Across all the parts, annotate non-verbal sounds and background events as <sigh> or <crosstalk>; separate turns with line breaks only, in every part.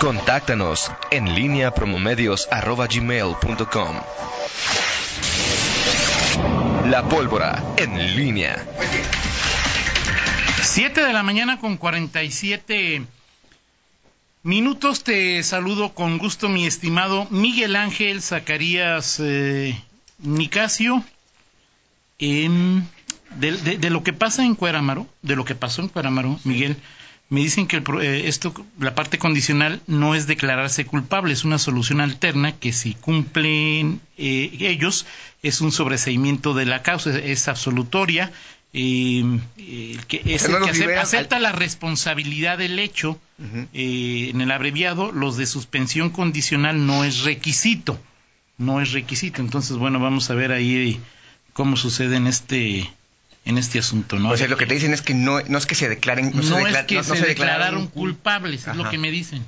Contáctanos en línea promomedios.com. La pólvora en línea.
7 de la mañana con 47 minutos. Te saludo con gusto, mi estimado Miguel Ángel Zacarías eh, Nicasio. Em, de, de- de lo que pasa en Cuerámaro, de lo que pasó en Cuerámaro, Miguel, me dicen que el pro- eh, esto, la parte condicional no es declararse culpable, es una solución alterna que si cumplen eh, ellos es un sobreseimiento de la causa, es, es absolutoria. eh, eh, el que es el
Fernando
que ace-
Rivera,
acepta la responsabilidad del hecho eh, en el abreviado, los de suspensión condicional no es requisito, no es requisito. Entonces, bueno, vamos a ver ahí eh, cómo sucede en este en este asunto, ¿no?
O sea, lo que te dicen es que no, no es que se declaren.
no
se
es
declara-
que
no- no
se, declararon culpables, es lo
Ajá.
que me dicen.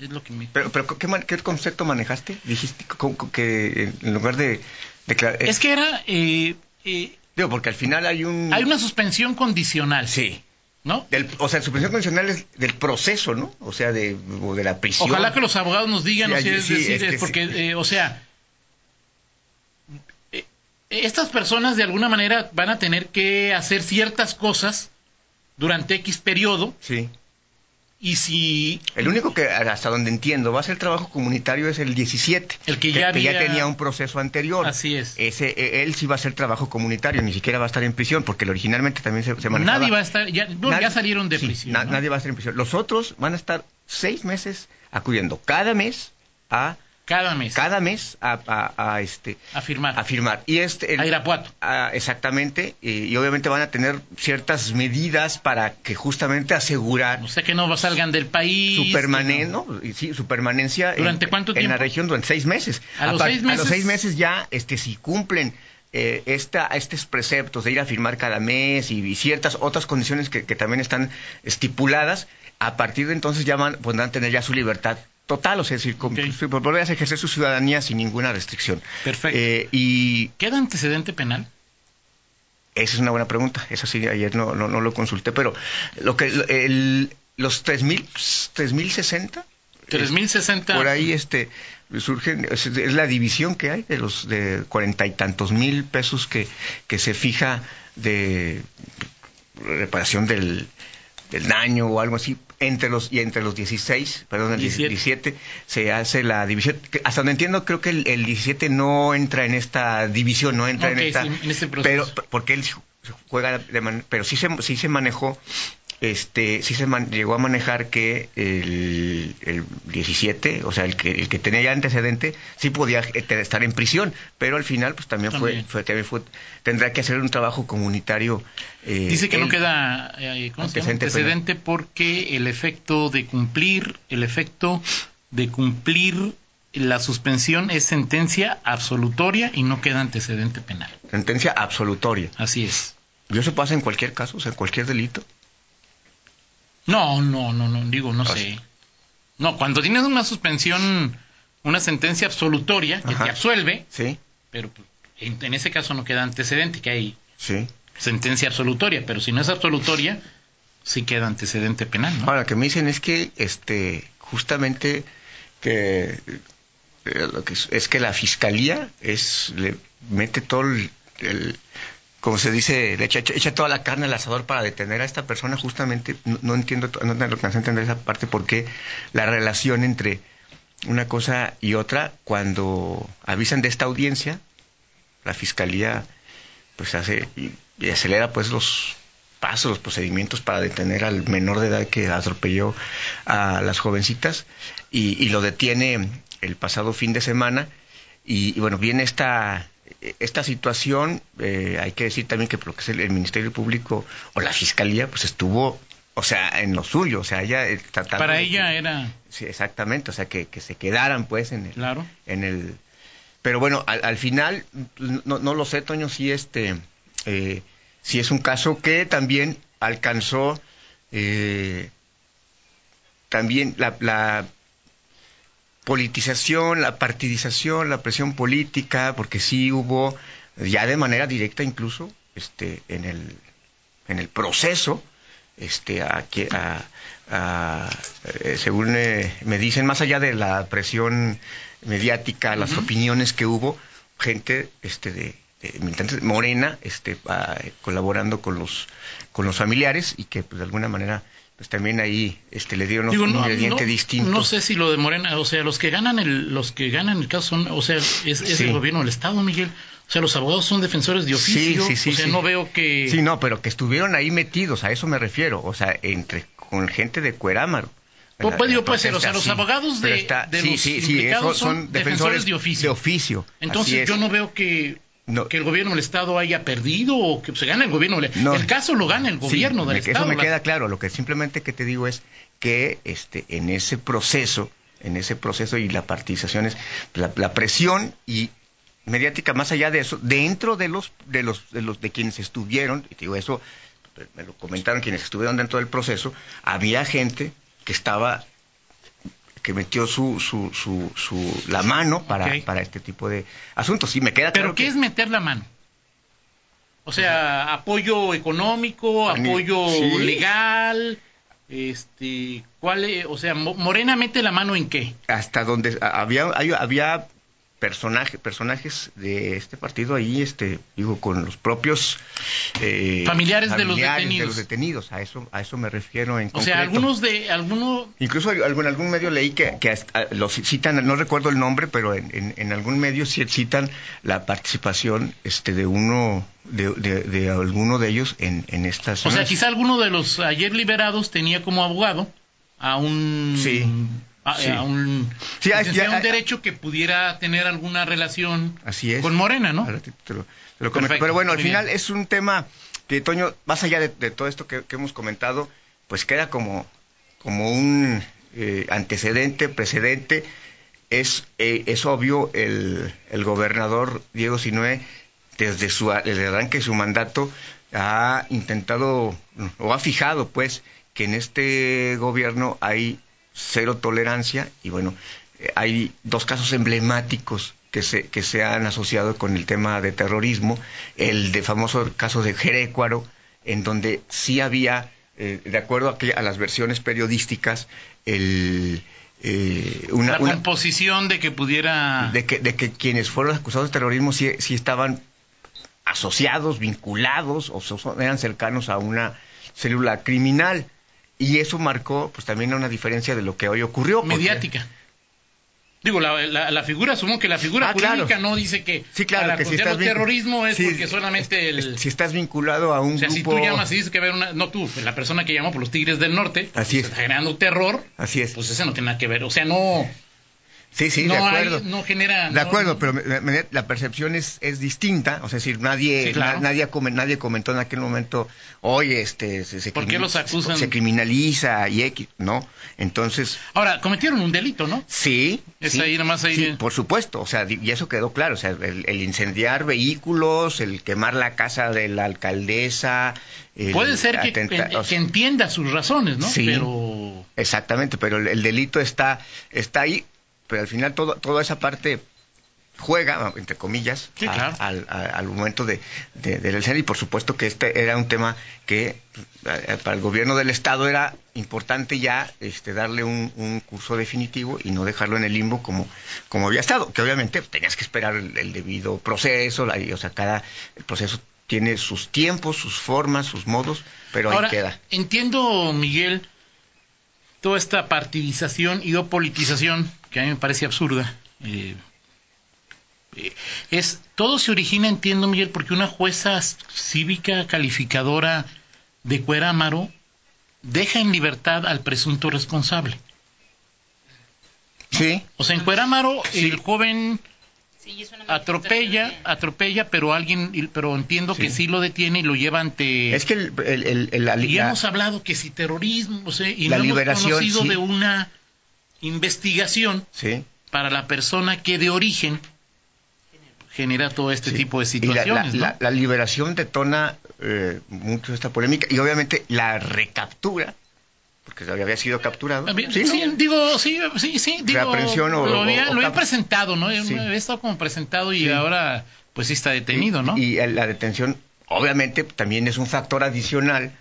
Es lo que me
Pero, pero ¿qué, man- qué concepto manejaste? Dijiste co- co- que en lugar de declarar.
Es que era eh, eh,
Digo, porque al final hay un.
hay una suspensión condicional,
Sí.
¿no?
Del- o sea, suspensión condicional es del proceso, ¿no? O sea, de, o de la prisión.
Ojalá que los abogados nos digan,
Sí,
o sea,
allí-
es
sí,
decir,
es
es
que
porque,
sí.
eh, o sea, eh, estas personas de alguna manera van a tener que hacer ciertas cosas durante X periodo
Sí.
y si
El único que, hasta donde entiendo, va a ser trabajo comunitario es el 17.
El que ya había-
tenía un proceso anterior.
Así es.
Ese, eh, él sí va a ser trabajo comunitario, ni siquiera va a estar en prisión, porque él originalmente también se, se manejaba...
nadie va a estar, ya, bueno,
Nadie-
ya salieron de
sí,
prisión.
na-
¿no?
Nadie va a estar en prisión. Los otros van a estar seis meses acudiendo cada mes a...
Cada mes.
Cada mes a, a- a, este...
a firmar.
A firmar. Y este... el-
A Irapuato.
Ah, exactamente, y, y obviamente van a tener ciertas medidas para que justamente asegurar
O sea que no salgan del país.
su, permane- ¿no? Y sí, su permanencia en-
¿Durante cuánto
en la
tiempo?
región durante seis meses.
¿A los
Apar-
seis
a los
meses?
seis meses ya, este, si cumplen eh, esta, estos preceptos de ir a firmar cada mes y, y ciertas otras condiciones que, que también están estipuladas, a partir de entonces ya van, podrán tener ya su libertad total, o sea, es decir, con-
Ok.
su- volver a ejercer su ciudadanía sin ninguna restricción.
Perfecto.
Eh, y
¿Queda antecedente penal?
esa es una buena pregunta. Esa sí, ayer no, no, no lo consulté, pero lo que lo- el, los 3.000, 3.060,
3060.
por ahí este surgen, es, es la división que hay de los de cuarenta y tantos mil pesos que, que se fija de reparación del, del daño o algo así. Entre los, y entre los 16, perdón, el 17,
17.
se hace la división. que Hasta donde entiendo, creo que el, el 17 no entra en esta división, no entra
Ok,
en esta.
sí, en este proceso.
pero, p- porque él ju- juega de man- pero sí se sí se manejó este sí se man- llegó a manejar que el, el 17 o sea el que el que tenía ya antecedente sí podía eh, te- estar en prisión pero al final pues también,
También.
Fue, fue también fue- tendrá que hacer un trabajo comunitario eh,
Dice que no
él.
queda eh, ¿cómo se llama?
Antecedente
antecedente, porque el efecto de cumplir, el efecto de cumplir la suspensión es sentencia absolutoria y no queda antecedente penal.
sentencia absolutoria
Así es.
y eso pasa en cualquier caso o sea en cualquier delito
No, no, no, no, digo, no
Ah,
sé. No, cuando tienes una suspensión, una sentencia absolutoria que
Ajá.
te absuelve,
sí
pero pues, en, en ese caso no queda antecedente, que hay
sí
sentencia absolutoria, pero si no es absolutoria, sí queda antecedente penal, ¿no?
Ahora, que me dicen es que, este, justamente, que, eh, lo que es, es que la fiscalía es, le mete todo el, el- como se dice, le echa, echa toda la carne al asador para detener a esta persona, justamente, no, no entiendo, to- no te alcancé a entender esa parte, porque la relación entre una cosa y otra, cuando avisan de esta audiencia, la fiscalía pues hace y, y acelera pues los pasos, los procedimientos para detener al menor de edad que atropelló a las jovencitas y, y lo detiene el pasado fin de semana y, y, bueno viene esta esta situación eh, hay que decir también que por lo que es el, el ministerio público o la fiscalía pues estuvo o sea en lo suyo o sea ella eh, tratando
Para
de que-
ella era,
sí exactamente o sea que, que se quedaran pues en el
claro.
en el pero bueno al, al final no, no lo sé Toño si este eh, si es un caso que también alcanzó eh, también la, la politización la partidización la presión política porque sí hubo ya de manera directa incluso este en el en el proceso este a que a, a, eh, eh, según eh, me dicen, más allá de la presión mediática, las opiniones que hubo, gente este, de, de militantes morena este, ah, colaborando con los, con los familiares y que pues, de alguna manera pues también ahí este, le dieron
Digo,
un
no,
ingrediente
no-
distinto.
no sé si lo de Morena, o sea, los que ganan el, los que ganan el caso son, o sea, es, es
Sí.
el gobierno del Estado, Miguel. O sea, los abogados son defensores de oficio.
Sí, sí, sí,
o sea,
sí.
no veo que.
Sí, no, pero que estuvieron ahí metidos, a eso me refiero, o sea, entre con gente de Cuerámaro.
Pues,
En
pues, digo,
en
pues, o sea,
protesta,
los
sí.
abogados de-
Pero
de
sí,
los
sí, sí,
implicados
esos son defensores
de oficio.
de oficio, así
Entonces
es.
yo no veo que,
No.
que el gobierno del Estado haya perdido o que se gane el gobierno. del-
No.
El caso lo gana el gobierno
Sí,
del
me-
Estado.
Eso me
la-
queda claro. Lo que simplemente que te digo es que este, en ese proceso, en ese proceso y la partización es la, la presión y mediática más allá de eso, dentro de los de los de los de quienes estuvieron, y te digo eso eh, me lo comentaron quienes estuvieron dentro del proceso, había gente que estaba que metió su su, su, su- la mano para,
Ok.
para este tipo de asuntos. Y me queda claro
Pero ¿qué
que-
es meter la mano? O sea, apoyo económico,
Ani-
apoyo
sí.
legal, este, ¿cuál? es? O sea, Mo- Morena mete la mano en qué?
hasta donde a- había hay- había personaje, personajes de este partido ahí este digo con los propios eh,
Familiares de los detenidos.
detenidos. a eso a eso me refiero en
O sea,
concreto.
algunos de alguno
incluso hay- algún algún medio leí que, que hasta- los citan no recuerdo el nombre pero en, en- en algún medio sí citan la participación este de uno de, de- de alguno de ellos en, en estas
O sea,
zonas.
quizá alguno de los ayer liberados tenía como abogado a un
Sí,
a,
sí.
a un,
Sí, hay-
licenciado en
hay- hay-
derecho que pudiera tener alguna relación
Así es.
con Morena, ¿no?
Ahora te- te lo- te lo comento.
Perfecto,
Pero bueno, al
muy
final
bien.
es un tema que, Toño, más allá de, de todo esto que, que hemos comentado, pues queda como, como un eh, antecedente, precedente. Es, eh, es obvio, el, el gobernador Diego Sinue, desde su, a- el arranque de su mandato, ha intentado o ha fijado, pues, que en este gobierno hay cero tolerancia y bueno eh, hay dos casos emblemáticos que se que se han asociado con el tema de terrorismo el de famoso caso de Jerécuaro en donde sí había eh, de acuerdo a, que- a las versiones periodísticas el eh, una-
la
una-
composición de que pudiera
de que, de que quienes fueron acusados de terrorismo sí, sí estaban asociados, vinculados o so- eran cercanos a una célula criminal. Y eso marcó pues también una diferencia de lo que hoy ocurrió. porque-
mediática. Digo, la, la- la figura, supongo que la figura
Ah, claro.
jurídica no dice que
Sí, claro,
para
que si
condenar
estás vincul-
terrorismo es
Sí,
porque solamente el...
Si estás vinculado a un
o sea, si
grupo...
tú llamas y dices que va a haber una... No tú, la persona que llamó por los Tigres del Norte,
Así es.
está generando terror,
Así es.
pues ese no tiene nada que ver. O sea, no...
sí, sí,
no,
de
hay-
acuerdo.
no genera.
De
no-
acuerdo, pero me- me- la percepción es, es distinta, o sea, es decir, nadie
Sí, claro.
na- nadie come- nadie comentó en aquel momento, oye, este se, se
¿Por qué
crimin-
los acusan?
se criminaliza y X, no, entonces
Ahora, cometieron un delito, ¿no?
Sí.
Es
sí,
ahí, nada más ahí
sí, pues,
de-
por supuesto. O sea, di- y eso quedó claro. O sea, el, el incendiar vehículos, el quemar la casa de la alcaldesa. el
Puede ser que,
atenta-
eh,
o sea,
que entienda sus razones, ¿no?
Sí.
Pero.
Exactamente, pero el, el delito está, está ahí. Pero al final todo, toda esa parte juega, entre comillas,
Sí,
a-
claro.
al, a- al momento de, de- del incendio. Y por supuesto que este era un tema que eh, para el gobierno del Estado era importante ya este, darle un, un curso definitivo y no dejarlo en el limbo como, como había estado. Que obviamente tenías que esperar el, el debido proceso, la- y, o sea, cada el proceso tiene sus tiempos, sus formas, sus modos, pero
Ahora,
ahí queda.
entiendo, Miguel, toda esta partidización y o politización, que a mí me parece absurda. eh, eh, es Todo se origina, entiendo, Miguel, porque una jueza cívica calificadora de Cuerámaro deja en libertad al presunto responsable.
Sí,
O sea, en Cuerámaro,
Sí.
el joven
Sí, y es una
atropella,
manifestación de-
atropella, pero alguien, pero entiendo que sí lo detiene y lo lleva ante.
Es que el, el- el- el- la,
y
la-
hemos hablado que si terrorismo, o sea, y
La
no
liberación,
hemos conocido
sí.
de una investigación
sí,
para la persona que de origen genera todo este
sí.
tipo de
Y la- la,
situaciones. ¿no?
la- la liberación detona eh, mucho esta polémica y obviamente la recaptura, porque ya había sido capturado.
También,
Sí, ¿no?
sí, digo, sí, sí, sí, digo,
Reaprensión o-
lo había,
o- o
lo había
cap-
presentado, ¿no?
Sí.
Había estado como presentado y ahora, pues sí está detenido, ¿no?
Y, y la detención, obviamente, también es un factor adicional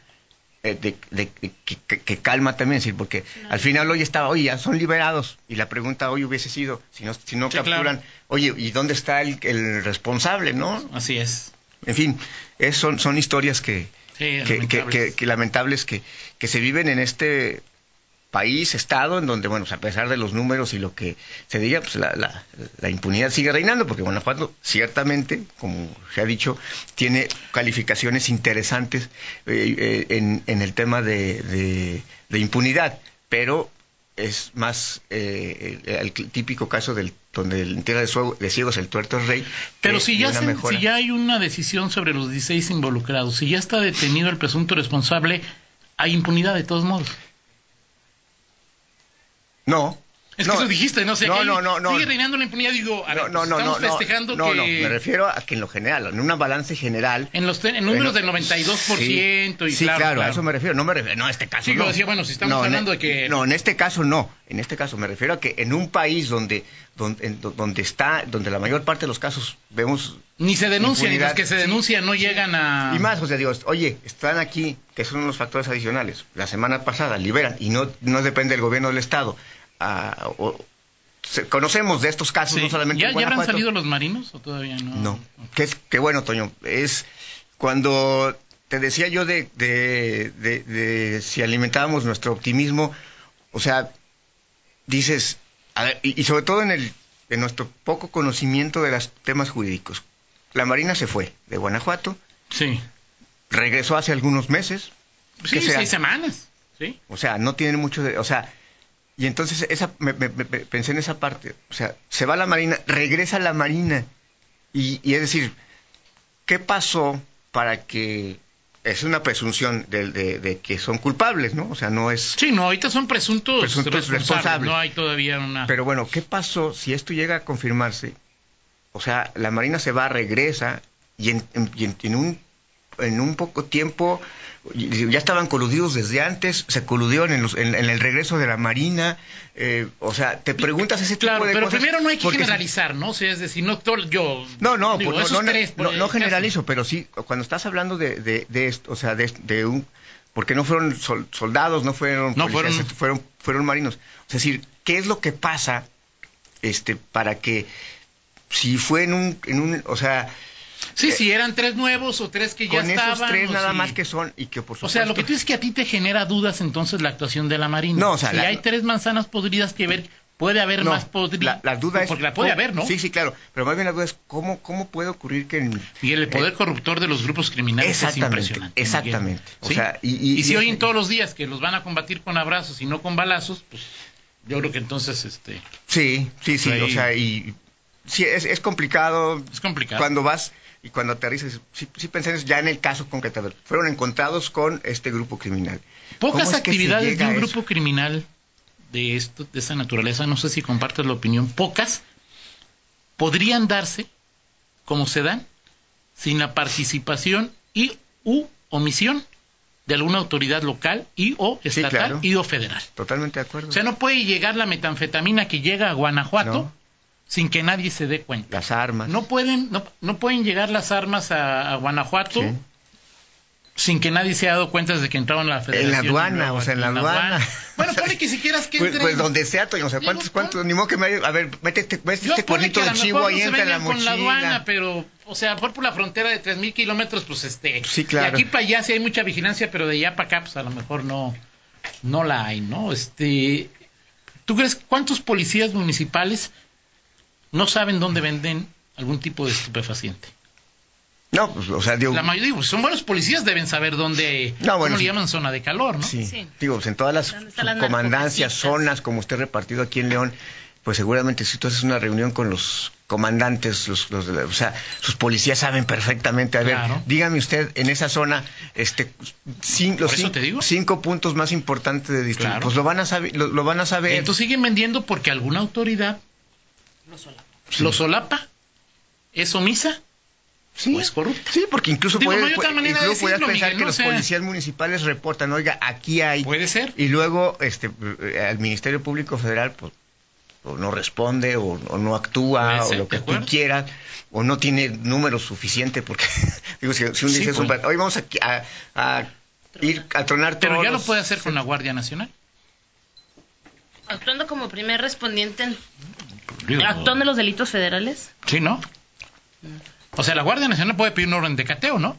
eh, de, de- de- que, que- que calma también, es decir, porque al final hoy estaba, oye, ya son liberados, y la pregunta hoy hubiese sido, si no, si no
Sí, claro.
capturan, oye, ¿y dónde está el, el responsable, no?
Así es.
En fin, es- son, son historias que,
Sí,
que- que,
lamentables.
que- que lamentables que, que se viven en este país, estado, en donde, bueno, pues, a pesar de los números y lo que se diga, pues la, la- la impunidad sigue reinando, porque Guanajuato ciertamente, como se ha dicho, tiene calificaciones interesantes eh, eh, en, en el tema de, de- de impunidad, pero es más eh, el, el típico caso del donde el entierro de, suego- de ciegos el tuerto es rey.
Pero
que-
si
Eh, y
ya,
una
se-
mejora.
si ya hay una decisión sobre los 16 involucrados, si ya está detenido el presunto responsable, hay impunidad de todos modos.
No.
Es
no,
que eso dijiste, no sé.
No, no, no, no.
Sigue reinando la impunidad, digo, a ver, pues, estamos festejando
no,
que...
no, me refiero a que en lo general, en una balance general.
En los te- en números
en-
del 92% y
sí,
claro,
claro, a eso me refiero, no me refiero, no, a este caso
Sí, yo
no.
decía, bueno, si estamos
No, en- e-
hablando de que-
No, en este caso no, en este caso me refiero a que en un país donde donde, en- donde está, donde la mayor parte de los casos vemos
Ni se denuncian, y los
Impunidad,
que se
sí.
denuncian no llegan a...
y más, o sea, digo, oye, están aquí, que son los factores adicionales. La semana pasada liberan y no, no depende del gobierno del Estado. Ah, o- se- conocemos de estos casos,
Sí.
no solamente
¿Ya,
en
ya habrán
Guanajuato.
salido los marinos o todavía no?
No. Que, es, que Mm. bueno, Toño, es cuando te decía yo de, de, de- de si alimentábamos nuestro optimismo, o sea, dices, a ver, y, y sobre todo en, el, en nuestro poco conocimiento de los temas jurídicos. La Marina se fue de Guanajuato,
Sí.
regresó hace algunos meses,
Sí,
Que sea.
seis semanas. Sí.
o sea, no tienen mucho de... O sea, y entonces esa, me- me- me- me- pensé en esa parte. O sea, se va la Marina, regresa la Marina. Y, y es decir, ¿qué pasó para que... Es una presunción de, de- de que son culpables, ¿no? O sea, no es...
Sí, no, ahorita son presuntos,
Presuntos
responsables.
responsables.
No hay todavía una...
Pero bueno, ¿qué pasó si esto llega a confirmarse? O sea, la Marina se va, regresa y en, en- y en- en un, en un poco tiempo, y- ya estaban coludidos desde antes, se coludieron en, los- en- en el regreso de la Marina. eh, o sea, te preguntas ese este tipo
Claro,
de
pero
cosas
primero no hay que
porque-
generalizar, ¿no? O sea, es decir, no todo, yo...
No, no,
digo,
pues, no,
esos
no,
tres, eh, por
no,
el
no
caso.
generalizo, pero sí, cuando estás hablando de, de, de esto, o sea, de, de un... Porque no fueron sol- soldados, no fueron
No,
policías, este,
fueron-
fueron, fueron marinos. Es decir, ¿qué es lo que pasa este, para que si fue en un, en un o sea,
Sí, sí, eran tres nuevos o tres que ya
Eh, con
estaban.
esos tres
o
nada
sí.
más que son y que por supuesto...
O sea, lo que tú dices que a ti te genera dudas entonces la actuación de la Marina.
No, o sea,
si
la-
hay tres manzanas podridas que ver, puede haber
No,
más podridas.
la, la duda es...
Porque la puede haber, ¿no?
Sí, sí, claro, pero más bien la duda es cómo, cómo puede ocurrir que... en-
Y el poder corruptor de los grupos criminales
Eh, Exactamente,
es impresionante. Miguel.
exactamente. O
¿Sí?
sea,
y,
y- y-
si
y-
oyen todos los días que los van a combatir con abrazos y no con balazos, pues yo creo que entonces este
Sí, sí, sí,
Ahí.
o sea, y... Sí, es, es complicado,
es complicado.
cuando vas y cuando aterrizas, sí, sí pensé ya en el caso concreto. A ver, Fueron encontrados con este grupo criminal.
Pocas
¿Cómo es que se
actividades de
llega
un
a eso?
grupo criminal de esto, de esta naturaleza, no sé si compartes la opinión, pocas podrían darse como se dan sin la participación y u omisión de alguna autoridad local y o estatal
claro.
y o federal.
Totalmente de acuerdo.
O sea, no puede llegar la metanfetamina que llega a Guanajuato
No.
sin que nadie se dé cuenta.
Las armas.
No pueden, no, no pueden llegar las armas a, a Guanajuato
Sí.
sin que nadie se haya dado cuenta desde que entraron a la federación.
aduana,
luego
o sea, en
aquí
la <laughs> aduana.
Bueno, pone que si quieras que
Pues,
entren.
pues donde sea, Toño, o sea,
Digo,
¿cuántos,
pon-
cuántos? Ni modo que me... A ver, mete este, mete
Yo
este
pone que
cuernito
a
de
lo
chivo
mejor no
ahí
se
entra en la
vengan con la
mochila.
aduana, pero, o sea, por, por la frontera de 3.000 kilómetros, pues este.
Sí, claro.
De aquí para allá sí hay mucha vigilancia, pero de allá para acá, pues a lo mejor no, no la hay, ¿no? Este. ¿Tú crees cuántos policías municipales no saben dónde venden algún tipo de estupefaciente?
No, pues, o sea, digo...
La mayoría, digo, son buenos policías, deben saber dónde.
No,
¿cómo
bueno,
le
sí.
llaman zona de calor, ¿no?
Sí.
Sí.
Digo, pues en todas las
¿Dónde están las
comandancias,
narcopetistas?
zonas, como usted repartido aquí en León, pues seguramente si tú haces una reunión con los comandantes, los, los de la- o sea, sus policías saben perfectamente. A ver,
Claro.
dígame usted en esa zona, este, cin- los
Por eso
cin-
te digo.
cinco puntos más importantes de distrito.
Claro.
Pues lo van a saber, lo, lo van a saber.
Entonces siguen vendiendo porque alguna autoridad
Sí.
lo solapa, es omisa.
Sí.
o es corrupta.
Sí, porque incluso
pues, Digo,
puedes,
no hay otra
pu-
manera de
incluso puedes
decirlo,
pensar
Miguel,
que
¿no?
los
O sea-
policías municipales reportan, oiga, aquí hay
Puede ser.
Y luego, este, eh, al Ministerio Público Federal, pues, o no responde, o, o no actúa,
Puede
o
ser,
lo que
de
tú
acuerdo.
quieras, o no tiene número suficiente, porque, <laughs> digo, si, si un
Sí,
dice,
pues.
hoy vamos a, a- a ir a tronar
Pero
todos
ya lo
los-
puede hacer con la Guardia Nacional.
Actuando como primer respondiente, en-
Ah,
actuando en los delitos federales.
Sí, ¿no? O sea, la Guardia Nacional puede pedir un orden de cateo, ¿no?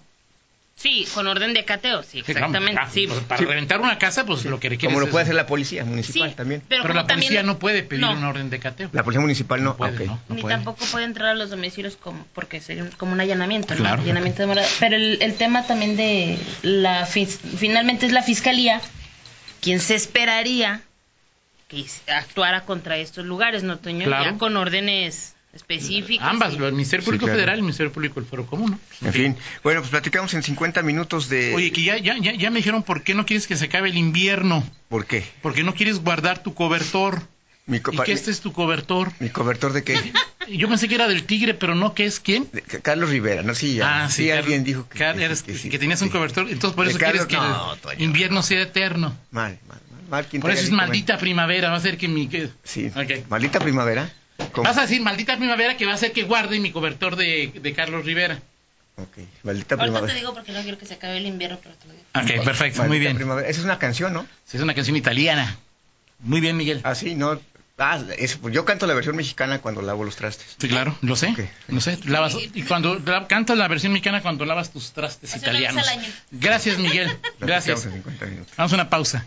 Sí, con orden de cateo, sí,
Sí, claro,
exactamente.
ah,
Sí,
pues, Para
Sí.
reventar una casa, pues lo que requiere
Como lo
es-
puede hacer la policía
Sí,
municipal también.
pero,
Pero
como
la policía
también-
no puede pedir
no,
una orden de cateo.
La policía municipal no.
No puede,
ok.
¿no?
ni
puede.
tampoco puede entrar a los domicilios como porque sería un- como un allanamiento, ¿no?
Claro.
Allanamiento de morada. Pero el, el tema también de la fis- finalmente es la fiscalía quien se esperaría que is- actuara contra estos lugares, ¿no, Toño?
Claro.
Ya con órdenes específicas.
Ambas,
y-
el Ministerio
Sí,
Público
claro.
Federal y el Ministerio Público del Foro Común, ¿no?
En fin. Bueno, pues platicamos en 50 minutos de...
Oye, que ya, ya, ya, ya me dijeron por qué no quieres que se acabe el invierno,
¿Por qué?
por qué no quieres guardar tu cobertor,
Mi,
y
copa-
que este es tu cobertor.
mi cobertor de qué?
Yo pensé que era del tigre, pero no, ¿qué es quién?
De- que Carlos Rivera, no sí, ya. sí,
Ah, Carlos-
alguien dijo que,
Car-
que-
eres-
que sí,
que tenías un
sí.
cobertor, entonces por
De
eso
Carlos-
quieres que
no,
el
Toño.
invierno sea eterno.
Mal, mal, mal. mal, quien
Por
te
eso es
haya dicho,
maldita primavera, va a ser que mi... que-
bueno. Sí.
Ok.
Maldita primavera. ¿Cómo?
Vas a decir maldita primavera que va a ser que guarde mi cobertor de, de Carlos Rivera.
Ok, Maldita
Ahorita
primavera.
te digo porque no quiero que se acabe el invierno, pero te lo digo.
Ok, perfecto,
Maldita
muy bien.
primavera. Esa es una canción, ¿no?
Es una canción italiana. Muy bien, Miguel.
Ah, sí, no. Ah, es- yo canto la versión mexicana cuando lavo los trastes.
Sí, claro, lo sé.
Ok.
Lo sé. Lavas- y cuando la- cantas la versión mexicana, cuando lavas tus trastes
Eso lo ves
italianos.
al año.
Gracias, Miguel.
La <laughs> platicamos
Gracias.
en 50 minutos.
Vamos a una pausa.